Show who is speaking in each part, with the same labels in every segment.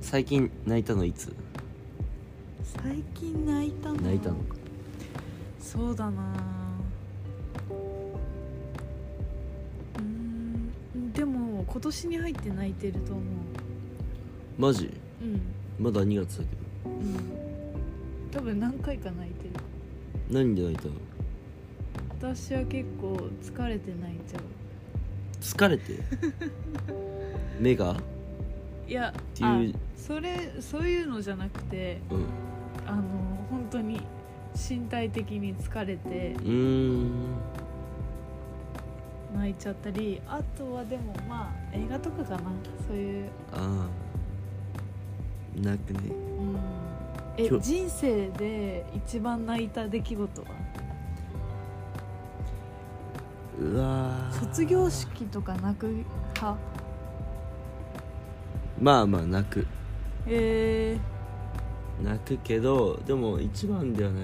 Speaker 1: 最近泣いたのいつ
Speaker 2: 最近泣いたな
Speaker 1: 泣いたの
Speaker 2: そうだなうーんでも今年に入って泣いてると思う
Speaker 1: マジ
Speaker 2: うん
Speaker 1: まだ2月だけど
Speaker 2: うん多分何回か泣いてる
Speaker 1: 何で泣いたの
Speaker 2: 私は結構疲れて泣いちゃう
Speaker 1: 疲れて 目が
Speaker 2: いや
Speaker 1: て
Speaker 2: あ
Speaker 1: いう
Speaker 2: それそういうのじゃなくて
Speaker 1: うんう
Speaker 2: あの本当に身体的に疲れて
Speaker 1: ーん
Speaker 2: 泣いちゃったりあとはでもまあ映画とかかなそういう
Speaker 1: ああ泣くね
Speaker 2: うんえ
Speaker 1: 今日
Speaker 2: 人生で一番泣いた出来事は
Speaker 1: うわー
Speaker 2: 卒業式とか泣く派
Speaker 1: まあまあ泣く
Speaker 2: え
Speaker 1: 泣くけどでも一番ではない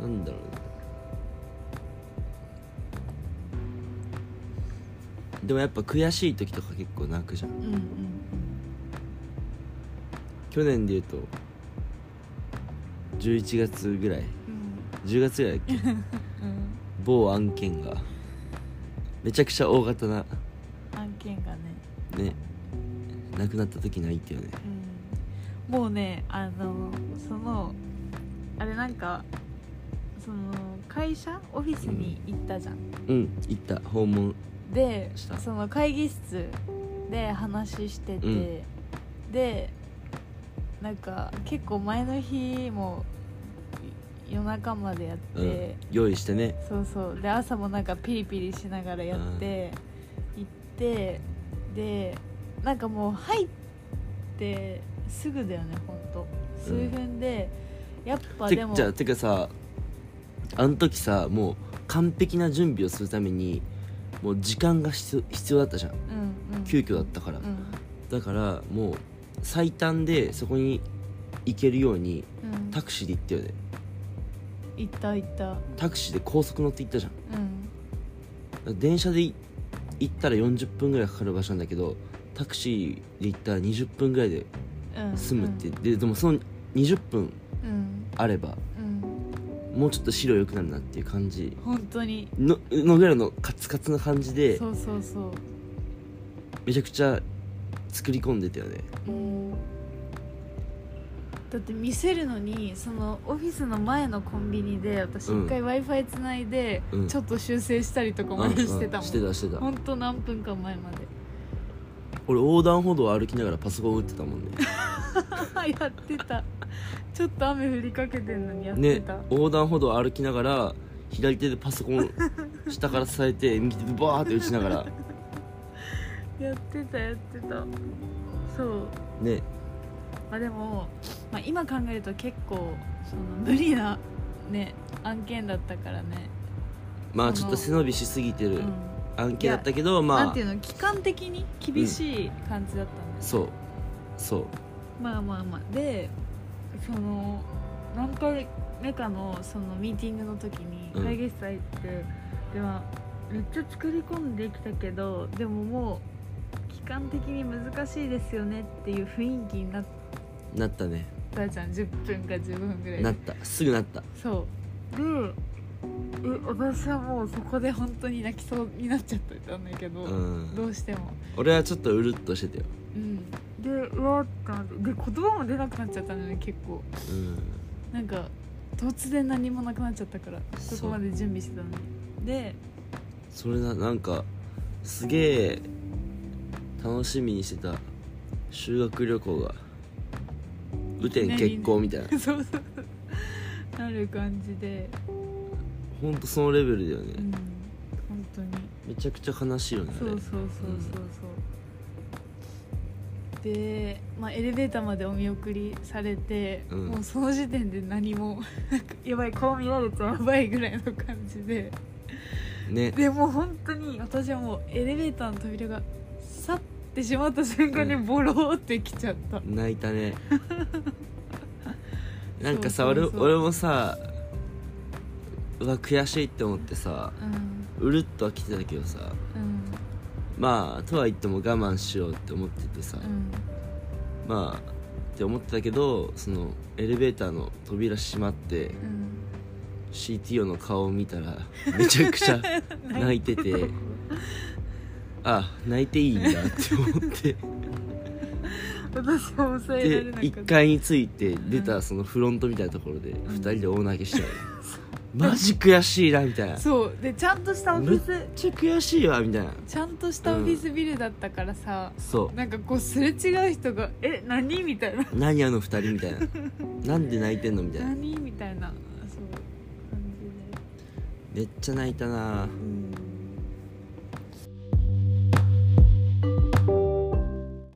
Speaker 1: ななんだろうねでもやっぱ悔しい時とか結構泣くじゃん
Speaker 2: ー、うんうん
Speaker 1: 去年で言うと11月ぐらい
Speaker 2: うん
Speaker 1: 10月ぐらいだっ け
Speaker 2: うん
Speaker 1: 某案件がめちゃくちゃ大型な
Speaker 2: 案件がね、
Speaker 1: ね亡くなった時泣いたよね
Speaker 2: うん、もうねあのそのあれなんかその会社オフィスに行ったじゃん、
Speaker 1: うん行った訪問
Speaker 2: で
Speaker 1: した
Speaker 2: その会議室で話してて、
Speaker 1: うん
Speaker 2: でなんか結構前の日もい夜中までやって、
Speaker 1: うん用意してね
Speaker 2: そうそうで朝もなんかピリピリしながらやって、行ってでなんかもう入ってすぐだよねほんと数分で、やっぱ
Speaker 1: て
Speaker 2: でも
Speaker 1: じゃあてかさあの時さもう完璧な準備をするためにもう時間が必要必要だったじゃん
Speaker 2: うんうん、
Speaker 1: 急遽だったから、
Speaker 2: うん
Speaker 1: だからもう最短でそこに行けるように
Speaker 2: うん、
Speaker 1: タクシーで行ったよね
Speaker 2: 行った行った
Speaker 1: タクシーで高速乗って行ったじゃん
Speaker 2: うん
Speaker 1: 電車でい行ったら40分ぐらいかかる場所なんだけどタクシーで行ったら20分ぐらいで
Speaker 2: うん
Speaker 1: 済むって、ででもその20分
Speaker 2: うん
Speaker 1: あれば
Speaker 2: うん
Speaker 1: もうちょっと資料良くなるなっていう感じ
Speaker 2: 本当に
Speaker 1: ののぐらいのカツカツな感じで
Speaker 2: そうそうそ
Speaker 1: めちゃくちゃ作り込んでたよね
Speaker 2: うもうだって見せるのにそのオフィスの前のコンビニで私
Speaker 1: うん
Speaker 2: 一回 w i f i つないで、
Speaker 1: うん
Speaker 2: ちょっと修正したりとかまでしてた
Speaker 1: うんうん
Speaker 2: もん
Speaker 1: してたしてた
Speaker 2: ほんと何分か前まで
Speaker 1: 俺横断歩道を歩きながらパソコン打ってたも んね
Speaker 2: やってたちょっと雨降りかけてんのにやって
Speaker 1: ね
Speaker 2: た、
Speaker 1: 横断歩道を歩きながら左手でパソコン下から支えて右手でバーって打ちながら
Speaker 2: やってたやってたそう
Speaker 1: ね
Speaker 2: まあでも、まあ、今考えると結構その無理なね案件だったからね、
Speaker 1: まあ
Speaker 2: そ
Speaker 1: ちょっ
Speaker 2: の
Speaker 1: と背伸びしすぎて
Speaker 2: う
Speaker 1: る
Speaker 2: ん、
Speaker 1: 案件だったけど
Speaker 2: な
Speaker 1: ま
Speaker 2: ん
Speaker 1: あ
Speaker 2: ていうの期間的に厳しい感じだったんです、
Speaker 1: そうそう
Speaker 2: まあまあまあでその何回目かのそのミーティングの時に
Speaker 1: うん
Speaker 2: 会議室入って、ではめっちゃ作り込んできたけどでももう期間的に難しいですよねっていう雰囲気になっ
Speaker 1: なったね
Speaker 2: たじゃん10分か15分ぐらい
Speaker 1: なっ
Speaker 2: で
Speaker 1: たすぐなった
Speaker 2: そうでえ私はもうそこで本当に泣きそうになっちゃったんだけど、
Speaker 1: うん
Speaker 2: どうしても
Speaker 1: 俺はちょっとうるっとしてたよ
Speaker 2: うんでうわーってなってで言葉も出なくなっちゃったのね結構
Speaker 1: うん
Speaker 2: なんか突然何もなくなっちゃったから
Speaker 1: そう
Speaker 2: そこまで準備してたのにで
Speaker 1: それななんかすげえ楽しみにしてた修学旅行が雨天決行みたいな
Speaker 2: そうそうなる感じで
Speaker 1: ほんとそのレベルだよ
Speaker 2: う
Speaker 1: ね
Speaker 2: ん本当に
Speaker 1: めちゃくちゃ悲しいよねあ
Speaker 2: そ
Speaker 1: れ
Speaker 2: うそうそうそうそうで、まあ、エレベーターまでお見送りされて、
Speaker 1: うん
Speaker 2: もうその時点で何もなんかやばいこう見られちゃやばいぐらいの感じで
Speaker 1: ね
Speaker 2: でもう本当に私はもうエレベーターの扉が去ってしまった瞬間にボローってきちゃった、
Speaker 1: 泣いた ねなんかさ
Speaker 2: そう
Speaker 1: 俺
Speaker 2: そうそう
Speaker 1: 俺もさうわ悔しいって思ってさ
Speaker 2: うん
Speaker 1: うるっとは来てたけどさ
Speaker 2: うん
Speaker 1: まあとは言っても我慢しようって思っててさ、
Speaker 2: うん
Speaker 1: まあって思ってたけどそのエレベーターの扉閉まって
Speaker 2: うん
Speaker 1: CTO の顔を見たらめちゃくち ゃ泣いててあ泣いていいんだって思って
Speaker 2: 私も抑えら
Speaker 1: で
Speaker 2: れなかった
Speaker 1: 1階について出
Speaker 2: う
Speaker 1: た
Speaker 2: ん
Speaker 1: そのフロントみたいなところで
Speaker 2: ん
Speaker 1: 2人で大泣きしたよ、マジ悔しいなみたいなめっ
Speaker 2: そうでちゃんとしたオフィス
Speaker 1: ちゃ悔しいわみたいな
Speaker 2: ちゃんとしたオフィスビルだったからさ、
Speaker 1: そ
Speaker 2: なんかこうすれ違う人が「え何?」みたいな
Speaker 1: う何あの2人み たいななんで泣いてんのみ
Speaker 2: 「
Speaker 1: たいな
Speaker 2: 何?」みたいなそう感じ
Speaker 1: め
Speaker 2: で
Speaker 1: っちゃ泣いたな